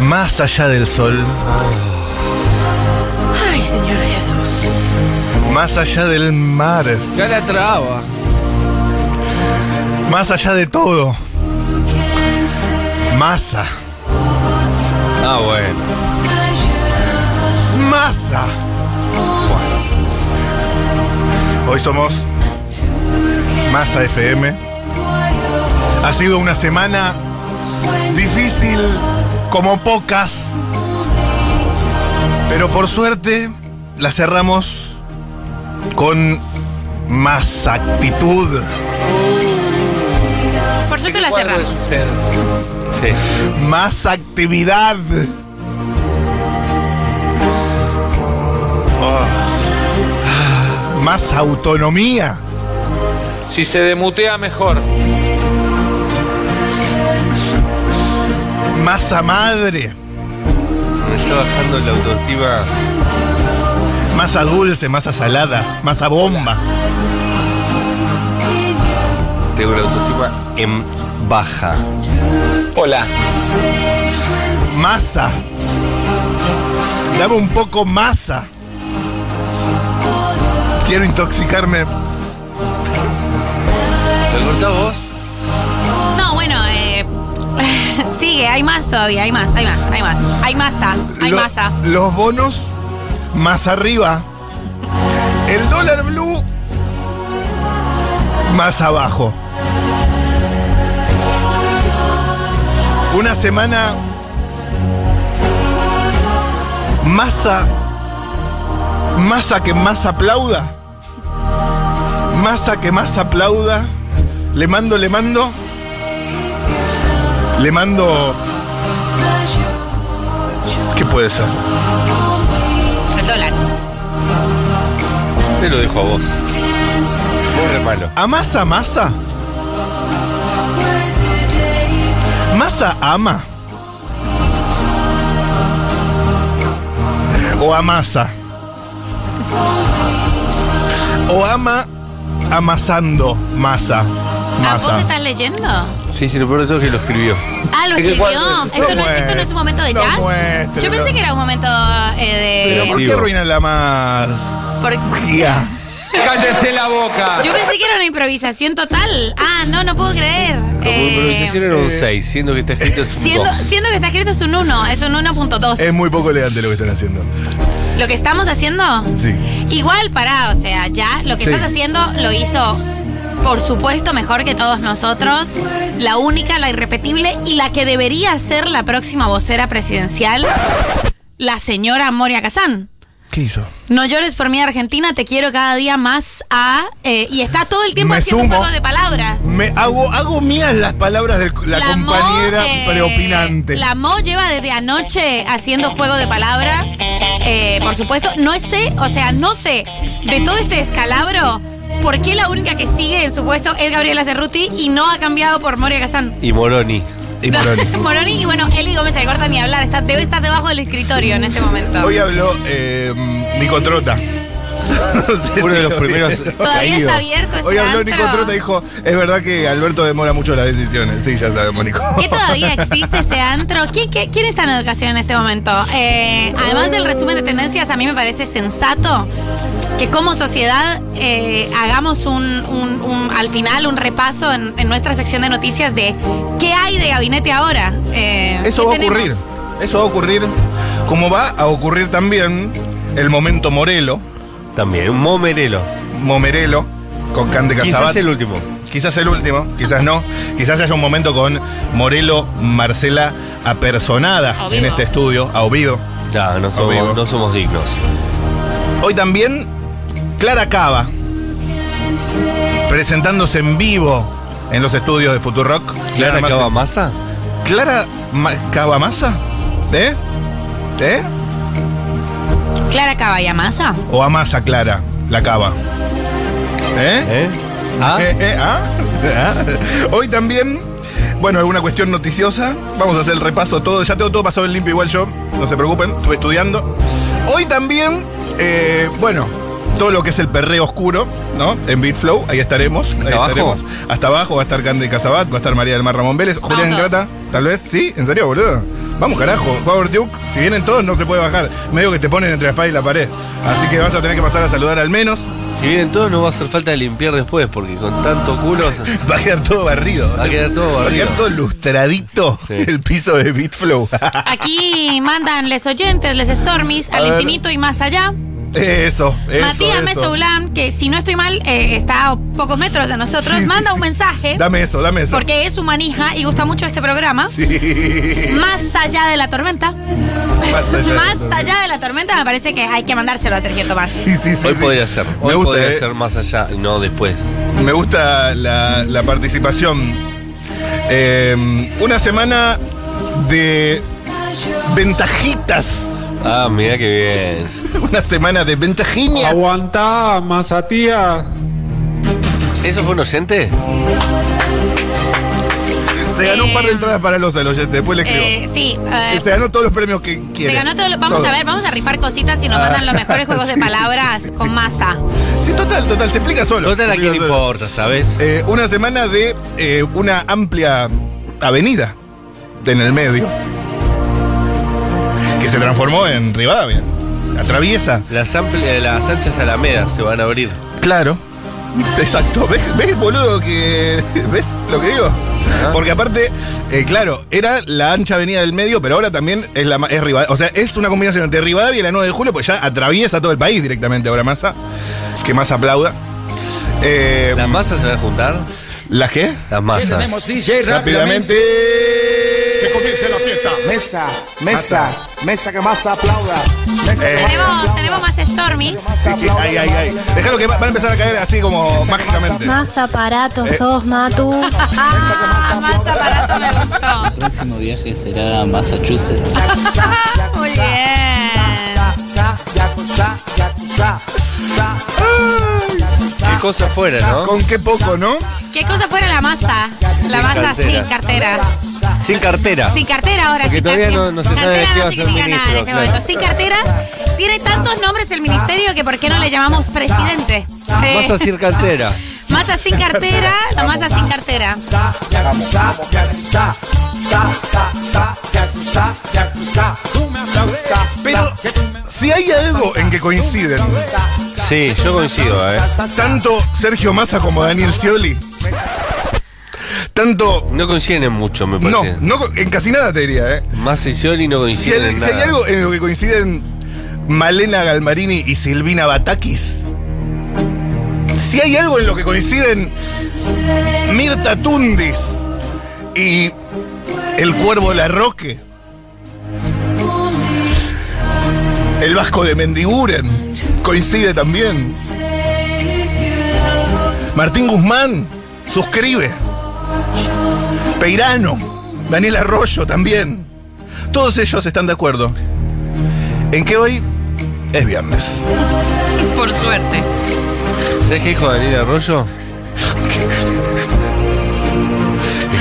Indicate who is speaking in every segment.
Speaker 1: más allá del sol,
Speaker 2: Ay, Señor Jesús.
Speaker 1: más allá del mar,
Speaker 3: Ya la traba.
Speaker 1: más allá de todo. Masa,
Speaker 3: Ah, bueno.
Speaker 1: masa. Hoy somos Masa FM. Ha sido una semana difícil como pocas, pero por suerte la cerramos con más actitud.
Speaker 2: Por suerte la cerramos.
Speaker 3: Sí.
Speaker 1: más actividad.
Speaker 4: Oh,
Speaker 1: Más autonomía.
Speaker 4: Si se demutea, mejor.
Speaker 1: Masa madre.
Speaker 3: Me está bajando la autoestima.
Speaker 1: Masa dulce, masa salada, masa bomba.
Speaker 3: Tengo la autoestima en baja.
Speaker 4: Hola.
Speaker 1: Masa. Dame un poco masa. Quiero intoxicarme.
Speaker 3: ¿Te cortás vos?
Speaker 2: No, bueno, eh, sigue, hay más todavía, hay más, hay más, hay más. Hay masa, hay
Speaker 1: Lo-
Speaker 2: masa.
Speaker 1: Los bonos más arriba. El dólar blue más abajo. Una semana masa masa que más aplauda. Masa que más aplauda. Le mando, le mando. Le mando. ¿Qué puede ser?
Speaker 2: El dólar.
Speaker 3: Te lo dejo a vos. Vos remalo.
Speaker 1: ¿A masa masa? ¿Masa ama? ¿O amasa? ¿O ama amasando masa?
Speaker 2: ¿A Ah, vos
Speaker 1: Masa.
Speaker 2: estás leyendo? Ah,
Speaker 3: Sí, sí, lo peor de todo es que lo escribió.
Speaker 2: lo
Speaker 4: Es que
Speaker 2: escribió.
Speaker 4: cuando-
Speaker 2: Esto no,
Speaker 1: No
Speaker 2: es- esto no es un momento de
Speaker 1: muestre,
Speaker 2: jazz.
Speaker 1: no muestre,
Speaker 2: Yo pensé
Speaker 1: no.
Speaker 2: que era un momento eh,
Speaker 1: ¿Pero
Speaker 2: de.
Speaker 1: por qué
Speaker 3: Vivo.
Speaker 1: arruinan la masa?
Speaker 2: Porque-
Speaker 4: Cállese la boca.
Speaker 2: Yo pensé que era una improvisación total. Ah, no, no puedo creer.
Speaker 3: Como improvisación
Speaker 2: Eh,
Speaker 3: era un 6, siendo que está escrito es un
Speaker 2: siendo,
Speaker 3: dos.
Speaker 2: siendo que está escrito es un 1, es un 1.2.
Speaker 1: Es muy poco elegante lo que están haciendo.
Speaker 2: Lo que estamos haciendo.
Speaker 1: Sí.
Speaker 2: Igual pará, o sea, ya lo que
Speaker 1: Sí.
Speaker 2: estás haciendo lo hizo, por supuesto, mejor que todos nosotros. La única, la irrepetible y la que debería ser la próxima vocera presidencial, la señora Moria Kazán.
Speaker 1: ¿Qué hizo?
Speaker 2: No llores por mí, Argentina, te quiero cada día más a. eh, y está todo el tiempo
Speaker 1: Me
Speaker 2: haciendo
Speaker 1: sumo.
Speaker 2: un juego de palabras.
Speaker 1: Me hago, hago mías las palabras de la,
Speaker 2: Mo,
Speaker 1: compañera
Speaker 2: eh,
Speaker 1: preopinante.
Speaker 2: La Mo lleva desde anoche haciendo juego de palabras. eh, por supuesto, no sé, o sea, no sé de todo este descalabro. ¿Por qué la única que sigue en su puesto es Gabriela Cerruti y no ha cambiado por Moria Kazán?
Speaker 3: Y Moroni.
Speaker 1: Y Moroni.
Speaker 2: Moroni, y bueno, Eli Gómez se corta ni hablar, está, debe estar debajo del escritorio en este momento.
Speaker 1: Hoy habló eh, Nicotrota. No sé
Speaker 3: Uno
Speaker 1: si
Speaker 3: de los
Speaker 1: lo
Speaker 3: primeros eh.
Speaker 1: vieron.
Speaker 2: Todavía
Speaker 3: caídos.
Speaker 2: está abierto ese
Speaker 1: Hoy habló
Speaker 2: antro.
Speaker 1: Nicotrota y dijo, es verdad que Alberto demora mucho las decisiones. Sí, ya sabemos, Nico.
Speaker 2: ¿Qué todavía existe ese antro? ¿Quién, qué- quién está en educación en este momento? Eh, además del resumen de tendencias, a mí me parece sensato que como sociedad eh, hagamos un, un- un- al final un repaso en, en nuestra sección de noticias de qué hay de gabinete ahora. Eh,
Speaker 1: Eso
Speaker 2: ¿qué
Speaker 1: va a
Speaker 2: tenemos?
Speaker 1: ocurrir. Eso va a ocurrir. Como va a ocurrir también el momento Morelo,
Speaker 3: También, un Momerelo.
Speaker 1: Momerelo, con Can de
Speaker 3: Quizás
Speaker 1: Casabat.
Speaker 3: el último.
Speaker 1: Quizás el último, quizás no. Quizás haya un momento con Morelo Marcela apersonada
Speaker 2: A
Speaker 1: en
Speaker 2: vivo.
Speaker 1: este estudio, a Ovido.
Speaker 3: Ya, no
Speaker 1: Amigo.
Speaker 3: somos, no somos dignos.
Speaker 1: Hoy también Clara Cava presentándose en vivo en los estudios de Futurock.
Speaker 3: ¿Clara
Speaker 1: Mar-
Speaker 3: acaba masa?
Speaker 1: Clara Ma- Cavamasa, ¿eh? ¿Eh?
Speaker 2: Clara Caballamasa.
Speaker 1: ¿O Amasa Clara, la Cava? ¿Eh?
Speaker 3: ¿Eh? ¿Ah?
Speaker 1: ¿Eh, eh, ah? ¿Ah? Hoy también, bueno, alguna cuestión noticiosa. Vamos a hacer el repaso todo. Ya tengo todo pasado en limpio igual yo. No se preocupen, estuve estudiando. Hoy también, eh, bueno, todo lo que es el perreo oscuro, ¿no? En Bitflow, ahí estaremos. ahí
Speaker 3: abajo?
Speaker 1: estaremos. Hasta abajo va a estar Candy Casabat, va a estar María del Mar Ramón Vélez, Julián
Speaker 2: todos.
Speaker 1: Grata, tal vez. Sí, en serio, boludo. Vamos, carajo. Power Duke, si vienen todos, no se puede bajar. Medio que te ponen entre la espada y la pared. Así que vas a tener que pasar a saludar al menos.
Speaker 3: Si vienen todos, no va a hacer falta limpiar después, porque con tanto culo.
Speaker 1: Va a quedar todo barrido.
Speaker 3: Va a quedar todo
Speaker 1: Va a quedar
Speaker 3: barrido.
Speaker 1: todo lustradito
Speaker 3: Sí.
Speaker 1: el piso de Bitflow.
Speaker 2: Aquí mandan les oyentes, les stormies,
Speaker 1: A
Speaker 2: al
Speaker 1: ver.
Speaker 2: infinito y más allá.
Speaker 1: eso, eso.
Speaker 2: Matías
Speaker 1: eso.
Speaker 2: Mesoulán, que si no estoy mal, eh, está a pocos metros de nosotros,
Speaker 1: Sí, sí,
Speaker 2: manda
Speaker 1: sí.
Speaker 2: un mensaje.
Speaker 1: Dame eso, dame eso.
Speaker 2: Porque es su manija y gusta mucho este programa.
Speaker 1: Sí.
Speaker 2: Más allá de la tormenta.
Speaker 1: Más allá de
Speaker 2: Más
Speaker 1: eso.
Speaker 2: allá de la tormenta me parece que hay que mandárselo a Sergio Tomás.
Speaker 1: Sí, sí, sí.
Speaker 3: Hoy
Speaker 1: sí.
Speaker 3: podría ser.
Speaker 1: Me
Speaker 3: Hoy
Speaker 1: gusta,
Speaker 3: podría
Speaker 1: eh.
Speaker 3: ser más allá, y no después.
Speaker 1: Me gusta la, la participación. Eh, una semana de ventajitas.
Speaker 3: Ah, mira qué bien.
Speaker 1: Una semana de ventajiñas.
Speaker 5: Aguanta, Mazatías.
Speaker 3: ¿Eso fue un oyente?
Speaker 1: Se ganó un par de
Speaker 2: Eh,
Speaker 1: entradas para los al oyente, después le escribo.
Speaker 2: Eh, sí, eh,
Speaker 1: se ganó todos los premios que quiere.
Speaker 2: se ganó todo. lo- Vamos
Speaker 1: Todo.
Speaker 2: a ver, vamos a rifar cositas y nos
Speaker 1: Ah,
Speaker 2: mandan los mejores juegos de
Speaker 1: sí,
Speaker 2: palabras
Speaker 1: sí,
Speaker 2: con
Speaker 1: sí.
Speaker 2: masa.
Speaker 1: Sí, total, total, se explica solo.
Speaker 3: Total,
Speaker 1: Se
Speaker 3: ¿a quién le
Speaker 1: explica solo.
Speaker 3: importa, sabes?
Speaker 1: Eh, una semana de eh, una amplia avenida en el medio que se transformó en Rivadavia. Atraviesa.
Speaker 3: Las, ampli- las anchas alamedas se van a abrir.
Speaker 1: Claro. Exacto. ¿Ves, ves, boludo, que. ¿Ves lo que digo? Porque aparte, eh, claro, era la ancha avenida del medio, pero ahora también es la ma- es Rivadavia. O sea, es una combinación entre Rivadavia y la 9 de julio, pues ya atraviesa todo el país directamente ahora Massa. Que más aplauda. Eh,
Speaker 3: ¿Las masas se van a juntar?
Speaker 1: ¿Las qué?
Speaker 3: Las masas.
Speaker 6: DJ
Speaker 1: Rápidamente. Que comience la fiesta.
Speaker 6: Mesa, mesa, mesa que más aplauda. Mesa que
Speaker 1: Eh.
Speaker 6: más
Speaker 2: Tenemos,
Speaker 6: aplauda.
Speaker 2: tenemos más Stormies.
Speaker 1: Ay, ay, ay. Déjalo que va- van a empezar a caer así como mágicamente.
Speaker 7: Más aparatos
Speaker 8: Eh.
Speaker 7: sos, Matu.
Speaker 2: Ah, más aparato me gustó.
Speaker 9: próximo viaje será a Massachusetts.
Speaker 2: Muy bien.
Speaker 6: Sa, yakuza, yakuza, sa,
Speaker 3: Qué cosa fuera, ¿no?
Speaker 1: Con qué poco, ¿no?
Speaker 2: ¿Qué cosa fuera la masa? La masa sin
Speaker 3: cartera.
Speaker 2: cartera.
Speaker 3: Sin cartera.
Speaker 2: Sin cartera ahora,
Speaker 3: Porque
Speaker 2: sin
Speaker 3: todavía
Speaker 2: cartera.
Speaker 3: no- no se sabe
Speaker 2: cartera
Speaker 3: qué
Speaker 2: no
Speaker 3: va a ser
Speaker 2: significa nada en
Speaker 3: ministro,
Speaker 2: este
Speaker 3: claro.
Speaker 2: momento. Sin cartera tiene tantos nombres el ministerio que ¿por qué no le llamamos presidente? Eh,
Speaker 3: Masa sin cartera.
Speaker 2: masa sin cartera, la masa sin cartera.
Speaker 6: yakuza, yakuza, sa, sa, sa, yakuza, yakuza. Tú me aplaudes.
Speaker 1: Pero si hay algo en que coinciden
Speaker 3: Sí, yo coincido, ¿eh?
Speaker 1: tanto Sergio Massa como Daniel Scioli, tanto.
Speaker 3: No coinciden en mucho,
Speaker 6: Pues
Speaker 3: me
Speaker 1: No,
Speaker 3: parece.
Speaker 1: no, en casi nada te diría, ¿eh?
Speaker 3: Massa y Scioli no
Speaker 1: Si
Speaker 3: coinciden
Speaker 1: hay,
Speaker 3: en
Speaker 1: si hay
Speaker 3: nada.
Speaker 1: algo en lo que coinciden Malena Galmarini y Silvina Batakis, si hay algo en lo que coinciden Mirta Tundis y el Cuervo Larroque, el Vasco de Mendiguren coincide también. Martín Guzmán suscribe. Peirano, Daniel Arroyo también. Todos ellos están de acuerdo en que hoy es viernes.
Speaker 2: Por suerte.
Speaker 3: ¿Sabes qué dijo Daniel Arroyo?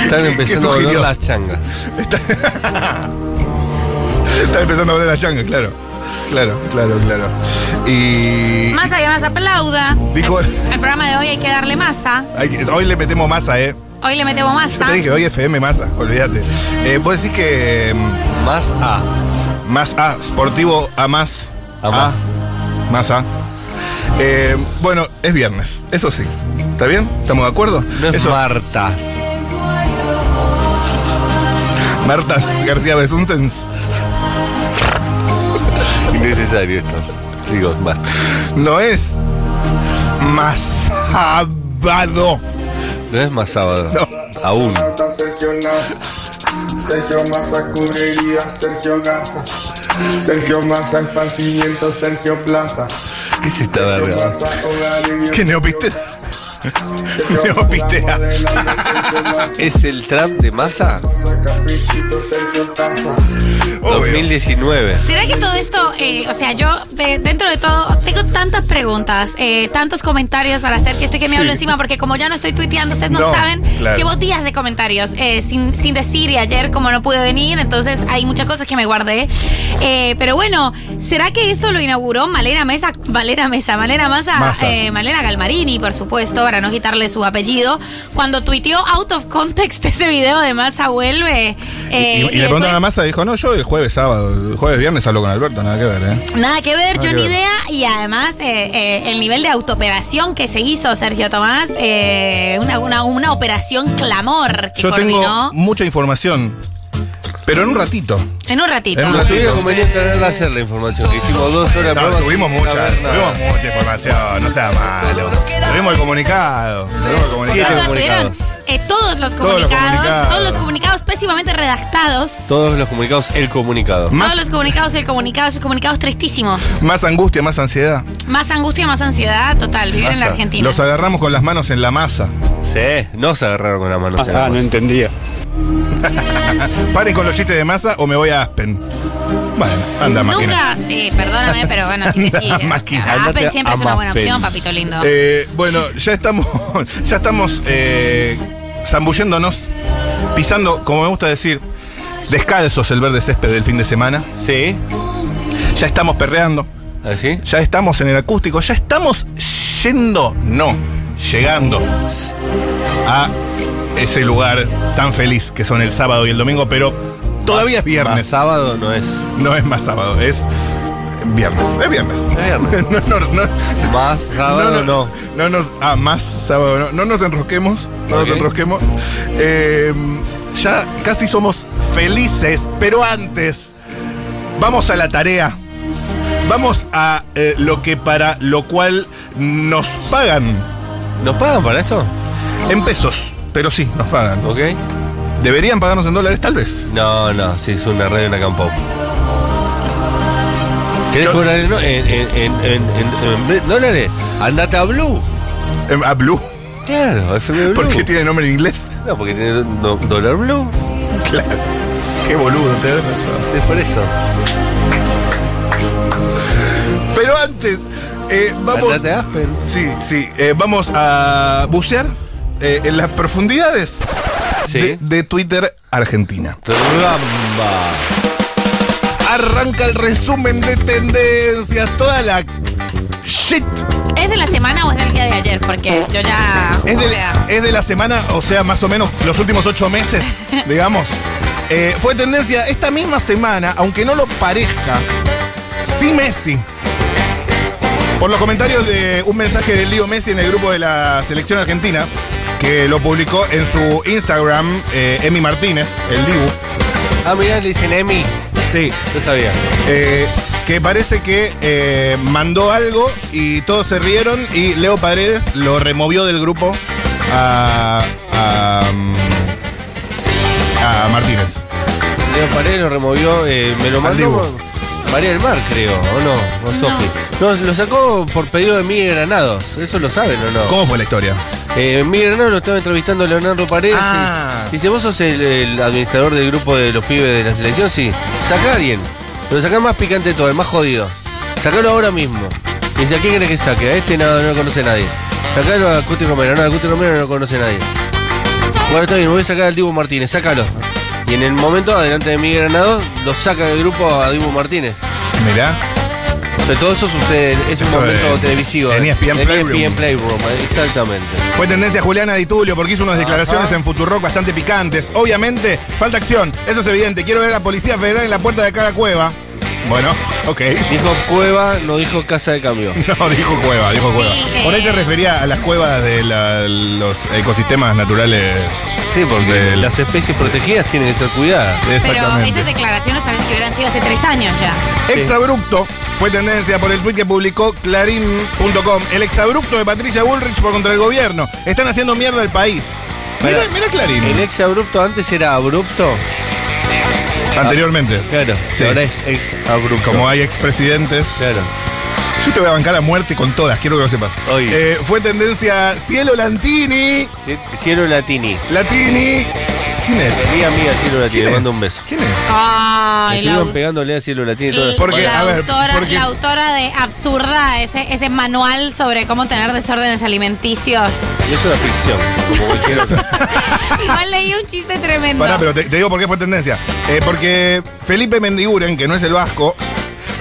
Speaker 3: Están
Speaker 1: ¿Qué-
Speaker 3: empezando
Speaker 1: qué
Speaker 3: a volver
Speaker 1: sugirió?
Speaker 3: las changas.
Speaker 1: Están empezando a hablar la changa, claro. Claro, claro, claro. Y.
Speaker 2: Masa que más aplauda.
Speaker 1: Dijo-
Speaker 2: El, el programa de hoy hay que darle masa.
Speaker 1: hay que- hoy le metemos masa, ¿eh?
Speaker 2: Hoy le metemos
Speaker 1: Yo
Speaker 2: masa.
Speaker 1: te dije, hoy FM masa, olvídate. Eh, vos decís que. mm,
Speaker 3: Más A.
Speaker 1: Más A, sportivo A más.
Speaker 3: A más.
Speaker 1: Más A. Eh, bueno, es viernes, eso sí. ¿Está bien? ¿Estamos de acuerdo?
Speaker 3: No es
Speaker 1: eso,
Speaker 3: Martas.
Speaker 1: Martas García Besuncens.
Speaker 3: Innecesario esto. Sigo, basta.
Speaker 1: No es más sábado.
Speaker 3: No es más sábado.
Speaker 1: No.
Speaker 3: Aún.
Speaker 8: Sergio Nasa, Sergio Massa cubriría Sergio Gaza, Sergio Massa esparcimiento, Sergio Plaza,
Speaker 3: ¿Qué es esta
Speaker 8: Sergio
Speaker 3: verga?
Speaker 8: Massa hogar y
Speaker 1: ¿Qué neopiste?
Speaker 8: Sergio
Speaker 1: neopistea?
Speaker 8: Massa
Speaker 3: ¿Es el trap de masa?
Speaker 8: cafecito, Sergio Taza,
Speaker 1: Obvio.
Speaker 3: 2019.
Speaker 2: ¿Será que todo esto, eh, o sea, yo de- dentro de todo tengo tantas preguntas, eh, tantos comentarios para hacer que estoy que me
Speaker 1: Sí.
Speaker 2: hablo encima? Porque como ya no estoy tuiteando, ustedes no,
Speaker 1: No,
Speaker 2: saben,
Speaker 1: claro.
Speaker 2: llevo días de comentarios eh, sin, sin decir y ayer como no pude venir, entonces hay muchas cosas que me guardé. Eh, pero bueno, ¿será que esto lo inauguró Malena Mesa, Valera Mesa, Malena Masa,
Speaker 1: Massa.
Speaker 2: eh, Malena Galmarini, por supuesto, para no quitarle su apellido, cuando tuiteó out of context ese video de Masa vuelve? eh,
Speaker 1: y, y le
Speaker 2: después-
Speaker 1: preguntaron a Massa, dijo, no, yo el jueves sábado, el jueves viernes hablo con Alberto, nada que ver, ¿eh?
Speaker 2: Nada que ver,
Speaker 1: Nada
Speaker 2: yo
Speaker 1: que
Speaker 2: ni
Speaker 1: ver.
Speaker 2: idea. Y además, eh, eh, el nivel de autooperación que se hizo Sergio Tomás, eh, una, una, una operación clamor que
Speaker 1: Yo
Speaker 2: coordinó
Speaker 1: tengo mucha información, pero en un ratito.
Speaker 2: en un ratito.
Speaker 1: en un
Speaker 3: Nos
Speaker 1: ratito.
Speaker 3: hubiera convenido tenerla hacer la información. que Hicimos dos horas de
Speaker 1: No,
Speaker 3: programa
Speaker 1: tuvimos
Speaker 3: sin
Speaker 1: mucha,
Speaker 3: saber nada.
Speaker 1: tuvimos mucha información, no sea malo. Tuvimos el comunicado, tuvimos el
Speaker 2: Pero
Speaker 1: comunicado.
Speaker 3: Siete.
Speaker 2: tuvieron, eh, todos los comunicados, todos los comunicados, pésimamente redactados.
Speaker 3: Todos los comunicados, el comunicado.
Speaker 1: Más,
Speaker 2: Todos los comunicados y el comunicado, esos comunicados tristísimos.
Speaker 1: más angustia, más ansiedad.
Speaker 2: Más angustia, más ansiedad, total, vivir en la
Speaker 3: Pasa.
Speaker 2: Argentina.
Speaker 1: Los agarramos con las manos en la masa.
Speaker 3: Sí, no se agarraron con la mano. se
Speaker 5: Ah, no
Speaker 3: agarraron.
Speaker 5: entendía.
Speaker 1: Paren con los chistes de masa o me voy a Aspen. Bueno, anda, máquina.
Speaker 2: Nunca, sí, perdóname, pero bueno, así que sí.
Speaker 1: Máquina.
Speaker 2: Apple
Speaker 3: Andate
Speaker 2: siempre
Speaker 3: a
Speaker 2: es una buena
Speaker 3: Mappen.
Speaker 2: opción, papito lindo.
Speaker 1: Eh, bueno, ya estamos, ya estamos eh, zambulléndonos, pisando, como me gusta decir, descalzos el verde césped del fin de semana.
Speaker 3: Sí, ¿Ah,
Speaker 1: Ya estamos perreando,
Speaker 3: así.
Speaker 1: ya estamos en el acústico, ya estamos yendo, no, llegando a ese lugar tan feliz que son el sábado y el domingo, pero todavía es
Speaker 3: Más
Speaker 1: viernes.
Speaker 3: sábado no es.
Speaker 1: No es más sábado, es viernes, es viernes.
Speaker 3: viernes.
Speaker 1: No, no, no.
Speaker 3: Más sábado no.
Speaker 1: no nos, ah, más sábado, no, no nos enrosquemos, no
Speaker 3: Ok.
Speaker 1: nos enrosquemos. Eh, ya casi somos felices, pero antes vamos a la tarea. Vamos a eh, lo que para lo cual nos pagan
Speaker 3: ¿Nos pagan para esto?
Speaker 1: en pesos, pero sí, nos pagan.
Speaker 3: ¿Ok?
Speaker 1: ¿Deberían pagarnos en dólares tal vez?
Speaker 3: No, no, sí, es una radio en la campo. ¿Querés
Speaker 1: Yo-
Speaker 3: cobrar en, en, en, en, en- en dólares? Andate a Blue.
Speaker 1: Em, A Blue,
Speaker 3: Claro, FM Blue.
Speaker 1: porque tiene nombre en inglés.
Speaker 3: No, porque tiene do- dólar Blue.
Speaker 1: Claro. Qué boludo, te ves razón.
Speaker 3: Es por eso.
Speaker 1: Pero antes, eh, vamos.
Speaker 3: Andate a Aspen.
Speaker 1: Sí, sí. eh, vamos a bucear eh, en las profundidades
Speaker 3: Sí.
Speaker 1: de, de Twitter Argentina.
Speaker 3: Tramba.
Speaker 1: Arranca el resumen de tendencias, toda la shit.
Speaker 2: ¿Es de la semana o es del día de ayer? Porque yo ya.
Speaker 1: Es
Speaker 2: o
Speaker 1: de,
Speaker 2: sea,
Speaker 1: es de la semana, o sea, más o menos los últimos ocho meses, digamos. Eh, fue tendencia esta misma semana, aunque no lo parezca, sí Messi. Por los comentarios de un mensaje de Leo Messi en el grupo de la selección argentina, que lo publicó en su Instagram, eh, Emi Martínez, el Dibu.
Speaker 3: Ah, mirá, le dicen Emi.
Speaker 1: Sí.
Speaker 3: Yo sabía.
Speaker 1: Eh, que parece que eh, mandó algo y todos se rieron y Leo Paredes lo removió del grupo a, a, mm, a Martínez.
Speaker 3: Leo Paredes lo removió, eh, me lo
Speaker 1: Al
Speaker 3: mandó
Speaker 1: Dibu.
Speaker 3: por- María del Mar, creo, ¿o no? O Sofi. No, lo sacó por pedido de Miguel Granados, ¿eso lo saben o no?
Speaker 1: ¿Cómo fue la historia?
Speaker 3: Eh, Miguel Granados lo estaba entrevistando a Leonardo Paredes.
Speaker 1: Ah.
Speaker 3: y dice, ¿vos sos el, el administrador del grupo de los pibes de la selección? Sí. Sacá a alguien, pero sacá el más picante de todo, el más jodido. Sacalo ahora mismo. Y dice, ¿a quién crees que saque? A este no, no lo conoce nadie. Sacalo a Cuti Romero, no, a Cuti Romero no lo conoce nadie. Bueno, está bien, voy a sacar al Dibu Martínez, sácalo. Y en el momento, adelante de Miguel Granados, lo saca del grupo a Dibu Martínez.
Speaker 1: Mirá.
Speaker 3: O sea, todo eso sucede, es un
Speaker 1: Eso
Speaker 3: momento
Speaker 1: en-
Speaker 3: televisivo.
Speaker 1: en E
Speaker 3: eh.
Speaker 1: ESPN
Speaker 3: En
Speaker 1: Playroom.
Speaker 3: ESPN Playroom, eh, exactamente.
Speaker 1: Fue tendencia Juliana Di Tulio porque hizo unas declaraciones en Futurock bastante picantes. Obviamente, falta acción. Eso es evidente. Quiero ver a la Policía Federal en la puerta de cada cueva. Bueno, ok.
Speaker 3: Dijo cueva, no dijo casa de cambio.
Speaker 1: No, dijo cueva, dijo cueva.
Speaker 2: Sí.
Speaker 1: Por ahí se refería a las cuevas de la- los ecosistemas naturales.
Speaker 3: Sí, porque
Speaker 1: Del-
Speaker 3: las especies protegidas tienen que ser cuidadas.
Speaker 2: pero
Speaker 1: Exactamente.
Speaker 2: esas declaraciones parece que hubieran sido hace tres años ya.
Speaker 1: Exabrupto fue tendencia por el tweet que publicó Clarín.com. El exabrupto de Patricia Bullrich por contra el gobierno. Están haciendo mierda al país. Mira,
Speaker 3: Pará.
Speaker 1: mira Clarín.
Speaker 3: El ex abrupto antes era abrupto.
Speaker 1: Anteriormente.
Speaker 3: Claro,
Speaker 1: Sí.
Speaker 3: ahora es ex abrupto.
Speaker 1: Como hay expresidentes.
Speaker 3: Claro.
Speaker 1: Yo te voy a bancar a muerte con todas, quiero que lo sepas.
Speaker 3: Oye.
Speaker 1: Eh, fue tendencia Cielo Lantini.
Speaker 3: Sí, Cielo Latini.
Speaker 1: Latini ¿Quién es?
Speaker 3: Amiga mía, Cielo la
Speaker 1: ¿Quién
Speaker 3: Le
Speaker 1: es?
Speaker 3: mando un beso.
Speaker 1: ¿Quién es?
Speaker 2: Ay, la,
Speaker 3: Estuvieron pegándole a Cielo la tiene toda la
Speaker 2: la
Speaker 1: Porque, a ver,
Speaker 2: autora,
Speaker 1: porque-
Speaker 2: la autora de Absurda, ese, ese manual sobre cómo tener desórdenes alimenticios.
Speaker 3: Y es una ficción, como cualquier otra.
Speaker 2: Igual leí un chiste tremendo.
Speaker 1: Pará, pero te, te digo por qué fue tendencia. Eh, porque Felipe Mendiguren, que no es el vasco,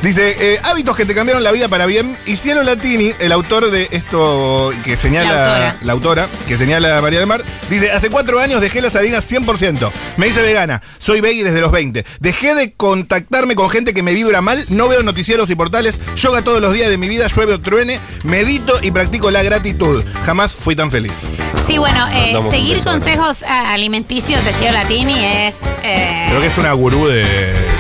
Speaker 1: dice: eh, hábitos que te cambiaron la vida para bien. Y Cielo Latini, el autor de esto que señala.
Speaker 2: La autora.
Speaker 1: autora, que señala María del Mar, dice: Hace cuatro años dejé las harinas 100%. Me hice vegana. Soy veggie desde los 20. Dejé de contactarme con gente que me vibra mal. No veo noticieros y portales. Yoga todos los días de mi vida. Llueve o truene. Medito y practico la gratitud. Jamás fui tan feliz.
Speaker 2: Sí, bueno, eh,
Speaker 3: Mandamos un
Speaker 2: seguir
Speaker 3: beso,
Speaker 2: consejos ah, alimenticios de Ciro Latini es. eh,
Speaker 1: Creo que es una gurú de.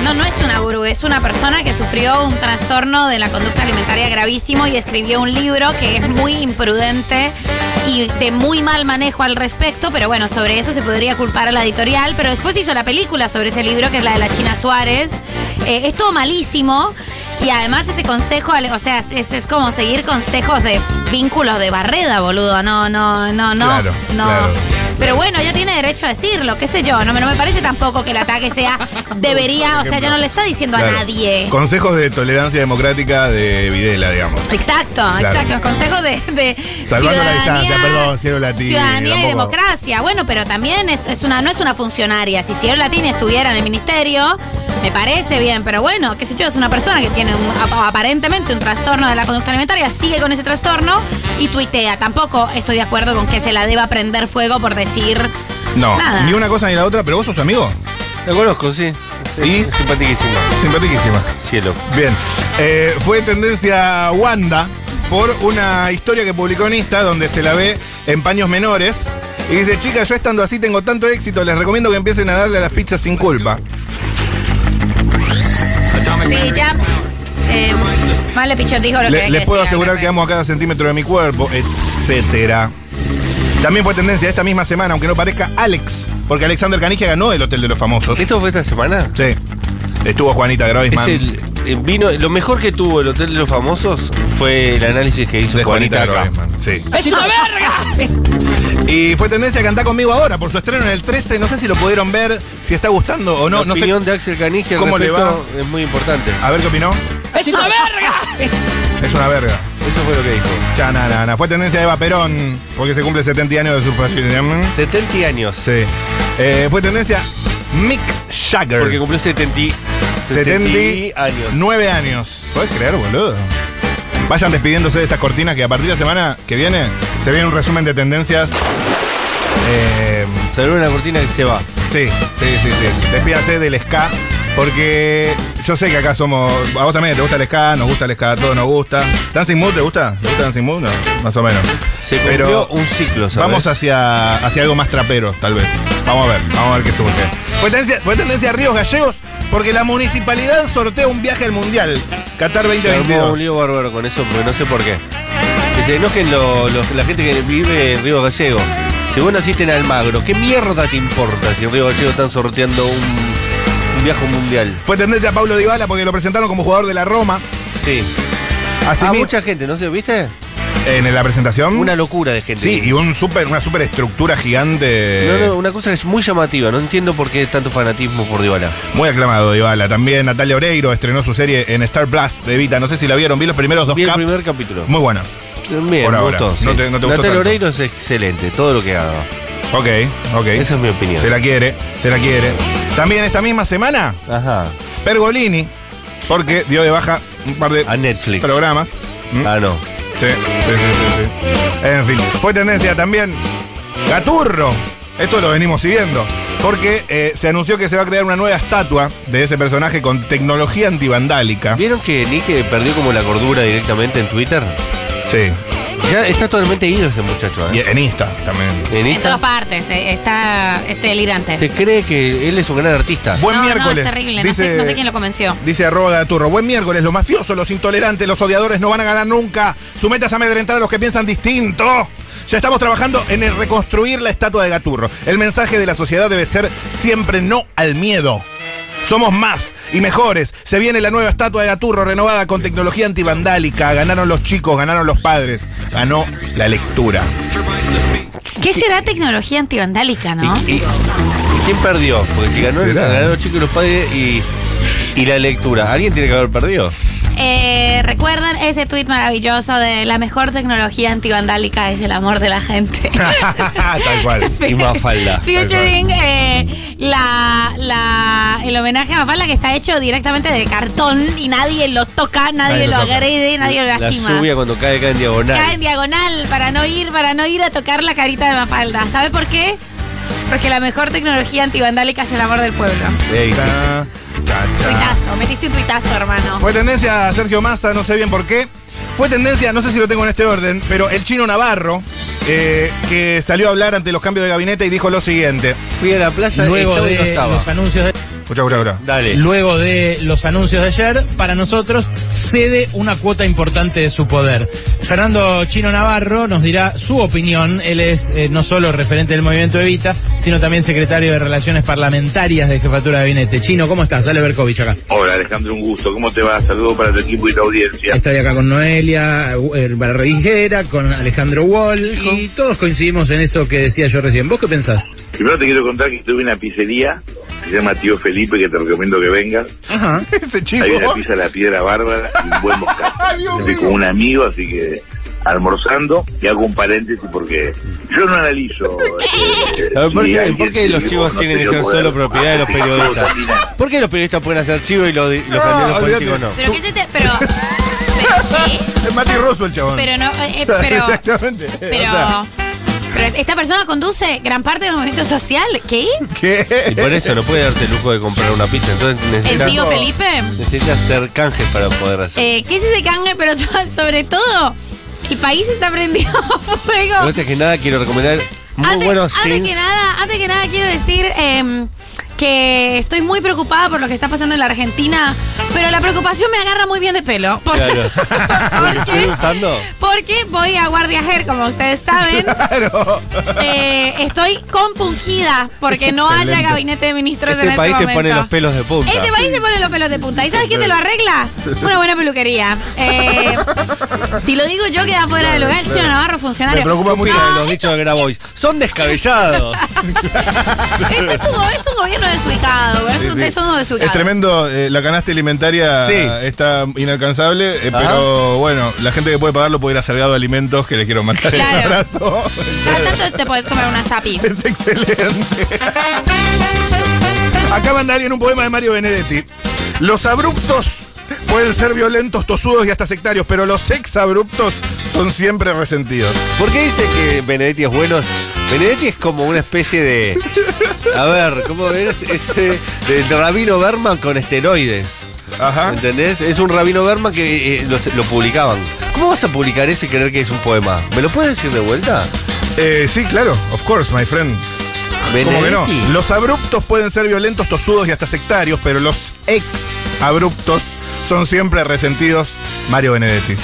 Speaker 2: No, no es una gurú, es una persona que sufrió un trastorno de la conducta alimentaria gravísimo y escribió un libro que es muy imprudente y de muy mal manejo al respecto, pero bueno, sobre eso se podría culpar a la editorial, pero después hizo la película sobre ese libro, que es la de la China Suárez. Eh, es todo malísimo y además ese consejo, ale- o sea, es, es como seguir consejos de vínculos de barreda, boludo, no, no, no, no,
Speaker 1: Claro,
Speaker 2: no.
Speaker 1: claro.
Speaker 2: Pero bueno, ella tiene derecho a decirlo, qué sé yo. No, me- no me parece tampoco que el ataque sea debería, o sea, ya no le está diciendo
Speaker 1: Claro.
Speaker 2: a nadie.
Speaker 1: Consejos de tolerancia democrática de Videla, digamos.
Speaker 2: Exacto, exacto. Consejo de, de
Speaker 1: Salvando la
Speaker 2: ciudadanía,
Speaker 1: distancia, perdón, Cielo Latini,
Speaker 2: ciudadanía y
Speaker 1: tampoco.
Speaker 2: democracia. Bueno, pero también es, es una, no es una funcionaria. Si Cielo Latini estuviera en el ministerio, me parece bien, pero bueno, qué sé yo, es una persona que tiene un- ap- aparentemente un trastorno de la conducta alimentaria, sigue con ese trastorno y tuitea. Tampoco estoy de acuerdo con que se la deba prender fuego por decir.
Speaker 1: No,
Speaker 2: Nada.
Speaker 1: ni una cosa ni la otra, pero vos sos amigo.
Speaker 3: La conozco, sí.
Speaker 1: ¿Y?
Speaker 3: Es simpaticísima.
Speaker 1: Simpaticísima.
Speaker 3: Cielo.
Speaker 1: Bien. Eh, fue tendencia Wanda por una historia que publicó en Insta donde se la ve en paños menores. Y dice, chicas, yo estando así tengo tanto éxito, les recomiendo que empiecen a darle a las pizzas sin culpa.
Speaker 2: Sí, ya. eh, vale, Pichón dijo lo
Speaker 1: Le-
Speaker 2: que.
Speaker 1: les
Speaker 2: que
Speaker 1: puedo
Speaker 2: decía,
Speaker 1: asegurar
Speaker 2: me
Speaker 1: que amo a cada centímetro de mi cuerpo, etcétera. También fue tendencia esta misma semana, aunque no parezca Alex, porque Alexander Canigia ganó el Hotel de los Famosos.
Speaker 3: ¿Esto fue esta semana?
Speaker 1: Sí. Estuvo Juanita
Speaker 3: Es
Speaker 1: Groisman.
Speaker 3: el, eh, vino, lo mejor que tuvo el Hotel de los Famosos fue el análisis que hizo
Speaker 1: de Juanita,
Speaker 3: Juanita, acá.
Speaker 1: Groisman, Sí.
Speaker 3: ¡Es una verga!
Speaker 1: Y fue tendencia a cantar conmigo ahora por su estreno en el 13. No sé si lo pudieron ver, si está gustando o no.
Speaker 3: la
Speaker 1: no sé.
Speaker 3: opinión de Axel Canigia
Speaker 1: ¿Cómo
Speaker 3: ¿Cómo
Speaker 1: le
Speaker 3: le va? es muy importante.
Speaker 1: A ver qué opinó.
Speaker 3: ¡Es una verga!
Speaker 1: Es una verga.
Speaker 3: Eso fue lo que dijo.
Speaker 1: Chananana. Fue tendencia a Eva Perón, porque se cumple 70 años de su fallecimiento.
Speaker 3: 70 años.
Speaker 1: Sí. Eh, fue tendencia Mick
Speaker 3: Porque
Speaker 1: Jagger.
Speaker 3: cumplió 70, 70 años.
Speaker 1: 9 años. ¿Puedes creer, boludo? Vayan despidiéndose de estas cortinas que a partir de la semana que viene se viene un resumen de tendencias. Eh,
Speaker 3: Se abrió una cortina que se va.
Speaker 1: Sí, sí, sí, sí. Despídase del ska. Porque yo sé que acá somos. A vos también te gusta el ska, nos gusta el ska, a todos nos gusta. ¿Dancing Mood te gusta? ¿Te gusta Dancing Mood? No, más o menos.
Speaker 3: Se cumplió
Speaker 1: Pero
Speaker 3: un ciclo, ¿sabes?
Speaker 1: vamos hacia, hacia algo más trapero, tal vez. Vamos a ver, vamos a ver qué surge. Fue tendencia, fue tendencia a Ríos Gallegos porque la municipalidad sortea un viaje al Mundial. Qatar
Speaker 3: Se armó un
Speaker 1: 2022.
Speaker 3: lío bárbaro con eso porque no sé por qué. Que se enojen lo- los- la gente que vive en Río Gallego. Si vos naciste en Almagro, ¿qué mierda te importa si en Río Gallego están sorteando un, un viaje mundial?
Speaker 1: Fue tendencia a Pablo Dybala porque lo presentaron como jugador de la Roma.
Speaker 3: Sí.
Speaker 1: Así
Speaker 3: Ah,
Speaker 1: mi-
Speaker 3: mucha gente, ¿no sé? ¿Viste?
Speaker 1: en la presentación.
Speaker 3: Una locura de gente.
Speaker 1: sí, y eh. un super, una super estructura gigante.
Speaker 3: No, no, una cosa que es muy llamativa. No entiendo por qué tanto fanatismo por Dybala.
Speaker 1: Muy aclamado, Dybala. También Natalia Oreiro estrenó su serie en Star Plus de Vita. No sé si la vieron, vi los primeros dos
Speaker 3: Vi el
Speaker 1: caps.
Speaker 3: primer capítulo.
Speaker 1: Muy buena.
Speaker 3: Bien,
Speaker 1: Por
Speaker 3: me
Speaker 1: ahora.
Speaker 3: gustó,
Speaker 1: No
Speaker 3: sí.
Speaker 1: te- no te gustó
Speaker 3: Natalia
Speaker 1: tanto.
Speaker 3: Oreiro es excelente, todo lo que haga.
Speaker 1: Ok, ok.
Speaker 3: Esa es mi opinión.
Speaker 1: Se la quiere, se la quiere. También esta misma semana,
Speaker 3: Ajá.
Speaker 1: Pergolini, porque dio de baja un par de
Speaker 3: A Netflix.
Speaker 1: programas. ¿Mm?
Speaker 3: Ah, no.
Speaker 1: Sí, sí, sí, sí, sí. En fin, fue tendencia también Gaturro. Esto lo venimos siguiendo. Porque eh, se anunció que se va a crear una nueva estatua de ese personaje con tecnología antivandálica.
Speaker 3: ¿Vieron que Nike perdió como la cordura directamente en Twitter?
Speaker 1: Sí.
Speaker 3: Ya está totalmente ido ese muchacho.
Speaker 1: Y
Speaker 3: ¿eh?
Speaker 1: en Insta también.
Speaker 3: En
Speaker 2: En
Speaker 3: Insta
Speaker 2: todas partes, eh, está este delirante.
Speaker 3: se cree que él es un gran artista.
Speaker 1: Buen
Speaker 2: No, no, es
Speaker 1: miércoles.
Speaker 2: terrible, no
Speaker 1: dice,
Speaker 2: sé- no sé quién lo convenció.
Speaker 1: Dice arroba Gaturro. Buen miércoles. Los mafiosos, los intolerantes, los odiadores no van a ganar nunca. Su meta es amedrentar a los que piensan distinto. Ya estamos trabajando en el reconstruir la estatua de Gaturro. El mensaje de la sociedad debe ser siempre no al miedo. Somos más y mejores. Se viene la nueva estatua de Gaturro renovada con tecnología antivandálica. Ganaron los chicos, ganaron los padres. Ganó la lectura.
Speaker 2: ¿Qué será tecnología antivandálica, no?
Speaker 3: Y- y- ¿Quién perdió? Porque si ganó, el-
Speaker 1: será?
Speaker 3: ganaron los chicos y los padres y, y la lectura. ¿Alguien tiene que haber perdido?
Speaker 2: Eh, ¿Recuerdan ese tuit maravilloso de la mejor tecnología antivandálica es el amor de la gente?
Speaker 1: Tal cual.
Speaker 3: Y Mafalda.
Speaker 2: Featuring eh, la, la- el homenaje a Mafalda que está hecho directamente de cartón y nadie lo toca, nadie,
Speaker 1: Nadie lo
Speaker 2: lo,
Speaker 1: toca.
Speaker 2: agrede, nadie lo
Speaker 3: La
Speaker 2: lastima.
Speaker 3: subia cuando cae, cae en diagonal.
Speaker 2: Cae en diagonal para no ir, para no ir a tocar la carita de Mafalda. ¿Sabe por qué? Porque la mejor tecnología antivandálica es el amor del pueblo.
Speaker 3: Ey,
Speaker 1: Ta, ta, ta.
Speaker 2: Tuitazo, metiste un tuitazo, hermano.
Speaker 1: Fue tendencia a Sergio Massa, no sé bien por qué. Fue tendencia, no sé si lo tengo en este orden, pero el chino Navarro, eh, que salió a hablar ante los cambios de gabinete y dijo lo siguiente.
Speaker 3: Fui a la plaza
Speaker 10: Luego
Speaker 3: estaba y no
Speaker 10: de
Speaker 3: estaba.
Speaker 10: los anuncios de,
Speaker 1: Escucha, escucha, escucha.
Speaker 3: Dale.
Speaker 10: luego de los anuncios de ayer, para nosotros cede una cuota importante de su poder. Fernando Chino Navarro nos dirá su opinión. Él es eh, no solo referente del movimiento Evita, sino también secretario de Relaciones Parlamentarias de Jefatura de Gabinete. Chino, ¿cómo estás? Dale Berkovich acá.
Speaker 8: Hola Alejandro, un gusto. ¿Cómo te va? Saludos para tu equipo y tu audiencia.
Speaker 10: Estoy acá con Noelia eh, Barriguera, con Alejandro Wall, y todos coincidimos en eso que decía yo recién. ¿Vos qué pensás?
Speaker 8: Primero te quiero contar que tuve una pizzería que se llama Tío Felipe, que te recomiendo que vengas.
Speaker 10: Ajá.
Speaker 1: Ese chico.
Speaker 8: Hay una pizza La Piedra Bárbara y un buen moscato.
Speaker 1: Ay, Dios
Speaker 8: Estoy
Speaker 1: mío.
Speaker 8: con un amigo, así que almorzando. Y hago un paréntesis porque yo no analizo. eh,
Speaker 3: A ver, ¿por,
Speaker 8: ni
Speaker 3: qué,
Speaker 8: alguien
Speaker 3: por qué
Speaker 8: si
Speaker 3: los
Speaker 8: vos
Speaker 3: chivos
Speaker 8: no
Speaker 3: tienen que
Speaker 8: tenés
Speaker 3: ser
Speaker 8: poder.
Speaker 3: solo propiedad de los periodistas? ¿Por qué los periodistas pueden hacer chivos y los, di- los
Speaker 1: No,
Speaker 3: candidatos
Speaker 1: olvídate.
Speaker 3: políticos no?
Speaker 2: Pero qué se te. Pero. pero ¿qué?
Speaker 1: Es Mati Rosso el chabón.
Speaker 2: Pero no. eh, eh, pero.
Speaker 1: Exactamente.
Speaker 2: Pero.
Speaker 1: O sea,
Speaker 2: pero esta persona conduce gran parte del movimiento social. ¿Qué?
Speaker 1: ¿qué?
Speaker 3: Y por eso no puede darse el lujo de comprar una pizza. Entonces
Speaker 2: El
Speaker 3: necesita,
Speaker 2: tío Felipe.
Speaker 3: necesita hacer canjes para poder hacer.
Speaker 2: Eh, ¿Qué es ese canje? Pero so- sobre todo, el país está prendido a
Speaker 3: Pero
Speaker 2: fuego.
Speaker 3: Antes que nada quiero recomendar muy
Speaker 2: antes,
Speaker 3: buenos
Speaker 2: antes
Speaker 3: jeans.
Speaker 2: que nada, antes que nada quiero decir eh, que estoy muy preocupada por lo que está pasando en la Argentina, pero la preocupación me agarra muy bien de pelo. Por-
Speaker 3: Claro. Lo que
Speaker 2: porque,
Speaker 3: estoy usando.
Speaker 2: porque voy a Guardia Hair, como ustedes saben.
Speaker 1: Claro.
Speaker 2: Eh, estoy compungida porque
Speaker 1: Es
Speaker 2: no haya
Speaker 1: excelente.
Speaker 2: gabinete de ministros en
Speaker 3: Este
Speaker 2: este
Speaker 3: país te
Speaker 2: momento.
Speaker 3: pone los pelos de punta.
Speaker 2: Ese país te pone los pelos de punta. ¿Y sabes quién te lo arregla? Una buena peluquería. Eh, si lo digo yo, queda fuera de lugar. El chino Navarro, funcionario.
Speaker 1: Me preocupa mucho
Speaker 2: No,
Speaker 3: Los
Speaker 2: Ah, esto-
Speaker 3: dichos de Grabois. Son descabellados.
Speaker 2: esto Este es, un, go- es un gobierno desubicado. Es,
Speaker 1: Sí,
Speaker 2: un,
Speaker 1: sí.
Speaker 2: es uno desubicado.
Speaker 1: Es tremendo, eh, la canasta alimentaria
Speaker 3: Sí.
Speaker 1: está inalcanzable, eh,
Speaker 3: Ajá.
Speaker 1: pero bueno, la gente que puede pagarlo puede ir a Salgado Alimentos, que le quiero mandar un
Speaker 2: Claro.
Speaker 1: abrazo.
Speaker 2: Cada tanto te puedes comer una zapi.
Speaker 1: Es excelente. Acá manda alguien un poema de Mario Benedetti. Los abruptos pueden ser violentos, tosudos y hasta sectarios, pero los exabruptos son siempre resentidos.
Speaker 3: ¿Por qué dice que Benedetti es bueno? Benedetti es como una especie de. A ver, ¿cómo ves? Ese. Del Rabino Berman con esteroides.
Speaker 1: Ajá.
Speaker 3: ¿Entendés? Es un Rabino Berman que eh, lo, lo publicaban. ¿Cómo vas a publicar eso y creer que es un poema? ¿Me lo puedes decir de vuelta?
Speaker 1: Eh, sí, claro, of course, my friend. ¿Cómo que no? Los abruptos pueden ser violentos, tosudos y hasta sectarios, pero los ex abruptos son siempre resentidos. Mario Benedetti.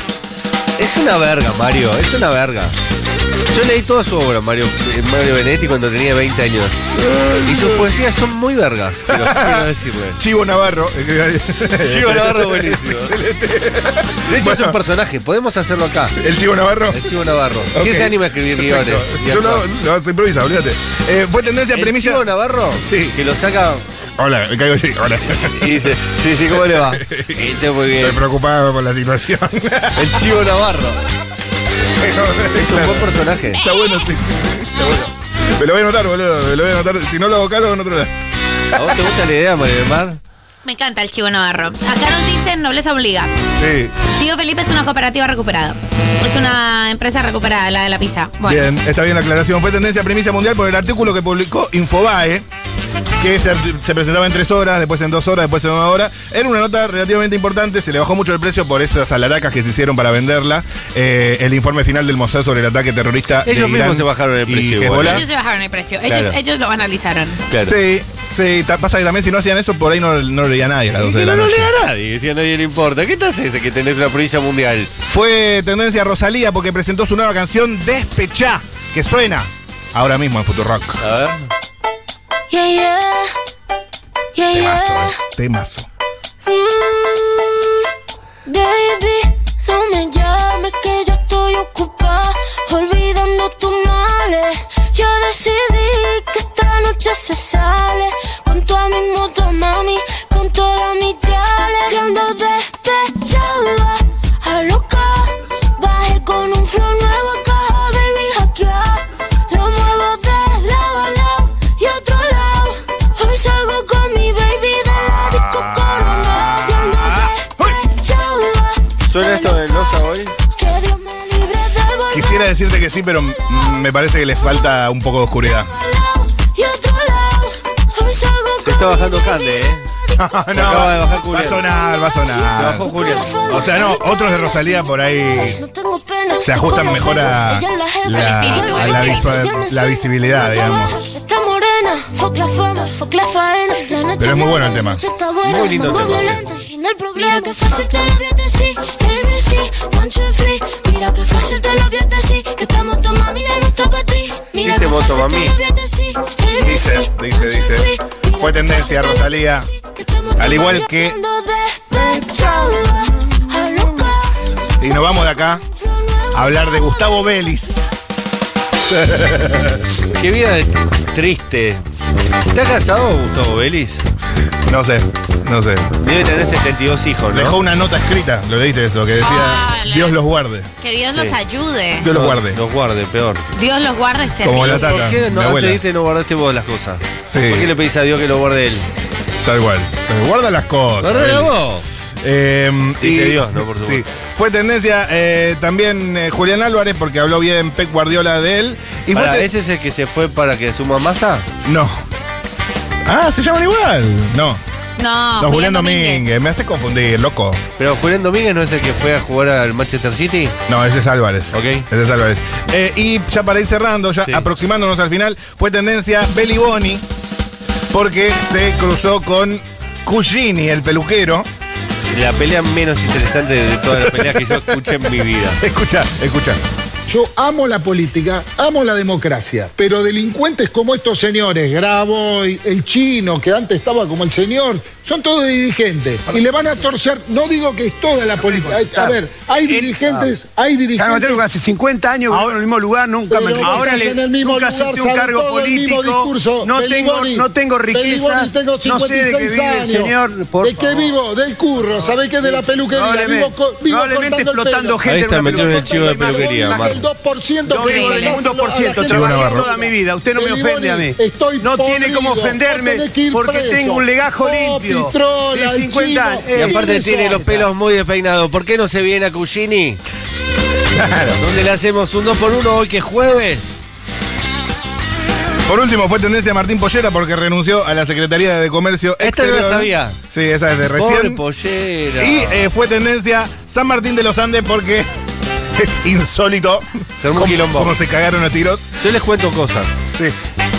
Speaker 3: Es una verga, Mario, es una verga. Yo leí toda su obra, Mario, eh, Mario Benedetti, cuando tenía 20 años. Y sus poesías son muy vergas, quiero, quiero decirle.
Speaker 1: Chivo Navarro.
Speaker 3: Chivo Navarro, buenísimo.
Speaker 1: Es excelente.
Speaker 3: De hecho, es
Speaker 1: Bueno.
Speaker 3: un personaje, podemos hacerlo acá.
Speaker 1: El Chivo Navarro.
Speaker 3: El Chivo Navarro.
Speaker 1: Ok.
Speaker 3: ¿Quién se anima a escribir
Speaker 1: Perfecto.
Speaker 3: guiones? Y
Speaker 1: Yo lo,
Speaker 3: actuar?
Speaker 1: lo se improvisa, olvídate. Eh, fue tendencia
Speaker 3: El
Speaker 1: primicia.
Speaker 3: Chivo Navarro,
Speaker 1: Sí.
Speaker 3: que lo saca
Speaker 1: Hola, me caigo allí. Hola.
Speaker 3: y dice, sí, sí, ¿cómo le va? Y Estoy muy bien.
Speaker 1: Estoy preocupado por la situación.
Speaker 3: El Chivo Navarro. Es un buen personaje.
Speaker 1: Está bueno, sí, sí, sí. Está bueno. Me lo voy a anotar, boludo. Me lo voy a anotar. Si no lo hago caro, en otro lado.
Speaker 3: ¿A vos te gusta la idea, Mario del Mar?
Speaker 2: Me encanta el chivo Navarro. Acá nos dicen nobleza obliga.
Speaker 1: Sí.
Speaker 2: Tío Felipe es una cooperativa recuperada. Es una empresa recuperada, la de la pizza. Bueno.
Speaker 1: Bien, está bien la aclaración. Fue tendencia a primicia mundial por el artículo que publicó Infobae, que se, se presentaba en tres horas, después en dos horas, después en una hora. Era una nota relativamente importante, se le bajó mucho el precio por esas alaracas que se hicieron para venderla. Eh, el informe final del Mossad sobre el ataque terrorista. de
Speaker 3: Ellos mismos
Speaker 1: Irán
Speaker 3: se bajaron el
Speaker 1: y
Speaker 3: precio igual.
Speaker 1: Hezbollah.
Speaker 2: Ellos se bajaron el precio. Ellos,
Speaker 3: Claro.
Speaker 2: ellos lo analizaron.
Speaker 3: Claro.
Speaker 1: Sí, sí, ta- pasa que también si no hacían eso, por ahí no, no lo leía nadie a las 12
Speaker 3: Y
Speaker 1: de
Speaker 3: no
Speaker 1: la
Speaker 3: lo
Speaker 1: noche.
Speaker 3: lea a nadie, si a nadie le importa. ¿Qué estás ese que tenés una provincia mundial?
Speaker 1: Fue tendencia a Rosalía porque presentó su nueva canción Despechá, que suena ahora mismo en Futurock.
Speaker 3: A ver.
Speaker 7: Yeah, yeah. Yeah,
Speaker 1: Temazo,
Speaker 7: yeah.
Speaker 1: eh, temazo.
Speaker 7: Mm, baby, no me llames que yo estoy ocupada olvidando tus males. Yo decidí que esta noche se sale.
Speaker 1: quisiera decirte que sí, pero mm, me parece que les falta un poco de oscuridad.
Speaker 3: Se está bajando Cande, ¿eh?
Speaker 1: No, no,
Speaker 3: acaba de bajar
Speaker 1: va a
Speaker 3: Julián.
Speaker 1: sonar, va a
Speaker 3: Se
Speaker 1: sonar.
Speaker 3: bajó Julián.
Speaker 1: O sea, no, otros de Rosalía por ahí se ajustan mejor a la, a la visua- la visibilidad, digamos. Pero es muy bueno el tema.
Speaker 3: Muy lindo tema.
Speaker 7: Mira que fácil te lo voy a decir, ABC, one, two, three. Mira que fácil te lo voy a decir, que estamos tu mami de gusto pa' ti. Mira
Speaker 3: Dice
Speaker 7: que
Speaker 3: voto,
Speaker 7: fácil
Speaker 3: mami.
Speaker 7: te lo voy a decir, ABC,
Speaker 1: Dice, dice,
Speaker 7: one, two,
Speaker 1: dice.
Speaker 7: three.
Speaker 1: Fue tendencia Rosalía. Al igual que- Y nos vamos de acá a hablar de Gustavo Vélez.
Speaker 3: Qué vida de- triste. ¿Está casado Gustavo Vélez?
Speaker 1: No sé, no sé.
Speaker 3: Debe tener 72 hijos, ¿no?
Speaker 1: Dejó una nota escrita, lo leíste eso, que decía,
Speaker 2: Vale.
Speaker 1: Dios los guarde.
Speaker 2: Que Dios
Speaker 3: Sí.
Speaker 2: los ayude.
Speaker 1: Dios los guarde.
Speaker 3: Los guarde, peor.
Speaker 2: Dios los guarde este
Speaker 1: Como la tata.
Speaker 3: ¿Por qué
Speaker 1: mi
Speaker 3: no antes
Speaker 1: abuela.
Speaker 3: diste y no guardaste vos las cosas? ¿Por qué
Speaker 1: Sí,
Speaker 3: le pedís a Dios que lo guarde él?
Speaker 1: tal cual. Pero Guarda las cosas.
Speaker 3: ¡Guardala
Speaker 1: Vélez.
Speaker 3: vos!
Speaker 1: Eh,
Speaker 3: Dice Dios, ¿no? Por supuesto.
Speaker 1: Fue tendencia eh, también eh, Julián Álvarez porque habló bien Pep Guardiola de él. Y fue
Speaker 3: Pará,
Speaker 1: te-
Speaker 3: ¿Ese es el que se fue para que suma masa?
Speaker 1: No. Ah, se llaman igual. No,
Speaker 2: No,
Speaker 1: no, Ah, Julián Domínguez. Me hace confundir, loco.
Speaker 3: Pero Julián Domínguez no es el que fue a jugar al Manchester City.
Speaker 1: No, ese es Álvarez.
Speaker 3: Ok.
Speaker 1: Ese es Álvarez. Eh, y ya para ir cerrando, ya
Speaker 3: Sí.
Speaker 1: aproximándonos al final, fue tendencia Belly Boni porque se cruzó con Cugini, el peluquero.
Speaker 3: La pelea menos interesante de todas las peleas que yo escuché en mi vida.
Speaker 1: Escucha, escucha.
Speaker 11: Yo amo la política, amo la democracia, pero delincuentes como estos señores, Graboy, el chino, que antes estaba como el señor, son todos dirigentes y le van a torcer, no digo que es toda la política, Hay- a ver, hay dirigentes, hay dirigentes...
Speaker 12: hace 50 años ahora, en el mismo lugar, nunca
Speaker 11: pero
Speaker 12: ahora
Speaker 11: estás en el mismo
Speaker 12: nunca
Speaker 11: lugar,
Speaker 12: acepté un
Speaker 11: sabe
Speaker 12: cargo
Speaker 11: todo el mismo
Speaker 12: político.
Speaker 11: discurso.
Speaker 12: no,
Speaker 11: Beliboni,
Speaker 12: tengo, no tengo riqueza.
Speaker 11: Beliboni, tengo
Speaker 12: no sé de
Speaker 11: 56
Speaker 12: qué vive el
Speaker 11: años.
Speaker 12: señor. por
Speaker 11: ¿De qué
Speaker 12: favor.
Speaker 11: vivo? Del curro, ¿sabés qué? De la peluquería. Vivo,
Speaker 12: Probablemente-
Speaker 11: co- vivo
Speaker 12: probablemente
Speaker 11: cortando el
Speaker 12: explotando
Speaker 11: pelo.
Speaker 12: gente
Speaker 3: Ahí está,
Speaker 12: en una
Speaker 3: metió en el chivo de peluquería,
Speaker 11: Más del
Speaker 3: Marco.
Speaker 11: 2%
Speaker 12: No
Speaker 11: que
Speaker 12: vivo del
Speaker 11: le das a la
Speaker 12: 1%,
Speaker 11: gente.
Speaker 1: Chivo
Speaker 12: trabajé
Speaker 1: Navarro.
Speaker 12: toda mi vida. Usted no me
Speaker 11: Beliboni,
Speaker 12: ofende a mí.
Speaker 11: estoy
Speaker 12: No tiene
Speaker 11: podrido,
Speaker 12: cómo
Speaker 11: vos
Speaker 12: ofenderme
Speaker 11: tenés que ir
Speaker 12: porque
Speaker 11: preso.
Speaker 12: tengo un legajo
Speaker 11: Popi,
Speaker 12: limpio.
Speaker 11: Trola,
Speaker 12: De
Speaker 11: el
Speaker 12: 50 años.
Speaker 11: Chino,
Speaker 3: Y aparte
Speaker 11: ¿quiénes
Speaker 3: tiene
Speaker 11: son?
Speaker 3: los pelos muy despeinados. ¿Por qué no se viene a Cugini? ¿Dónde le hacemos un 2 por 1 hoy que es jueves?
Speaker 1: Por último, fue tendencia Martín Pollera porque renunció a la Secretaría de Comercio
Speaker 3: Esta no la
Speaker 1: Exterior.
Speaker 3: sabía.
Speaker 1: Sí, esa es de
Speaker 3: Pobre
Speaker 1: recién.
Speaker 3: pollera.
Speaker 1: Y eh, fue tendencia San Martín de los Andes porque es insólito
Speaker 3: Se armó
Speaker 1: cómo,
Speaker 3: un quilombo.
Speaker 1: cómo se cagaron a tiros.
Speaker 3: Yo les cuento cosas.
Speaker 1: Sí.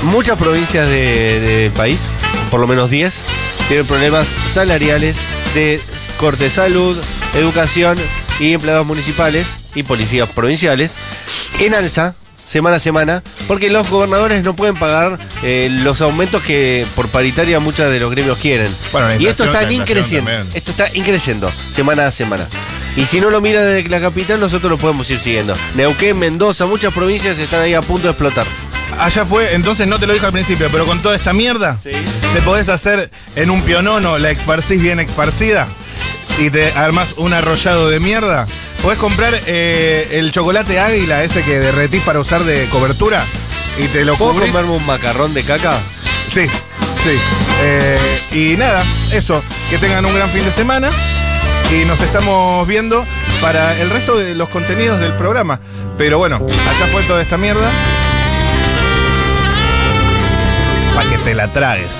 Speaker 3: Muchas provincias de- del país, por lo menos 10, tienen problemas salariales de corte de salud, educación y empleados municipales y policías provinciales en alza semana a semana porque los gobernadores no pueden pagar eh, los aumentos que por paritaria muchas de los gremios quieren.
Speaker 1: Bueno, la
Speaker 3: y esto
Speaker 1: inflación-
Speaker 3: está
Speaker 1: la inflación
Speaker 3: increciendo,
Speaker 1: también.
Speaker 3: esto está increciendo semana a semana. Y si no lo mira desde la capital, nosotros lo podemos ir siguiendo. Neuquén, Mendoza, muchas provincias están ahí a punto de explotar.
Speaker 1: Allá fue, entonces no te lo dije al principio, pero con toda esta mierda, te podés hacer en un pionono, la esparcís bien esparcida y te armás un arrollado de mierda. Podés comprar eh, el chocolate águila, ese que derretís para usar de cobertura, y te lo
Speaker 3: ¿Puedo
Speaker 1: cubrís.
Speaker 3: comerme un macarrón de caca?
Speaker 1: Sí, sí. Eh, y nada, eso. Que tengan un gran fin de semana. Y nos estamos viendo para el resto de los contenidos del programa. Pero bueno, acá fue toda esta mierda. Para que te la tragues.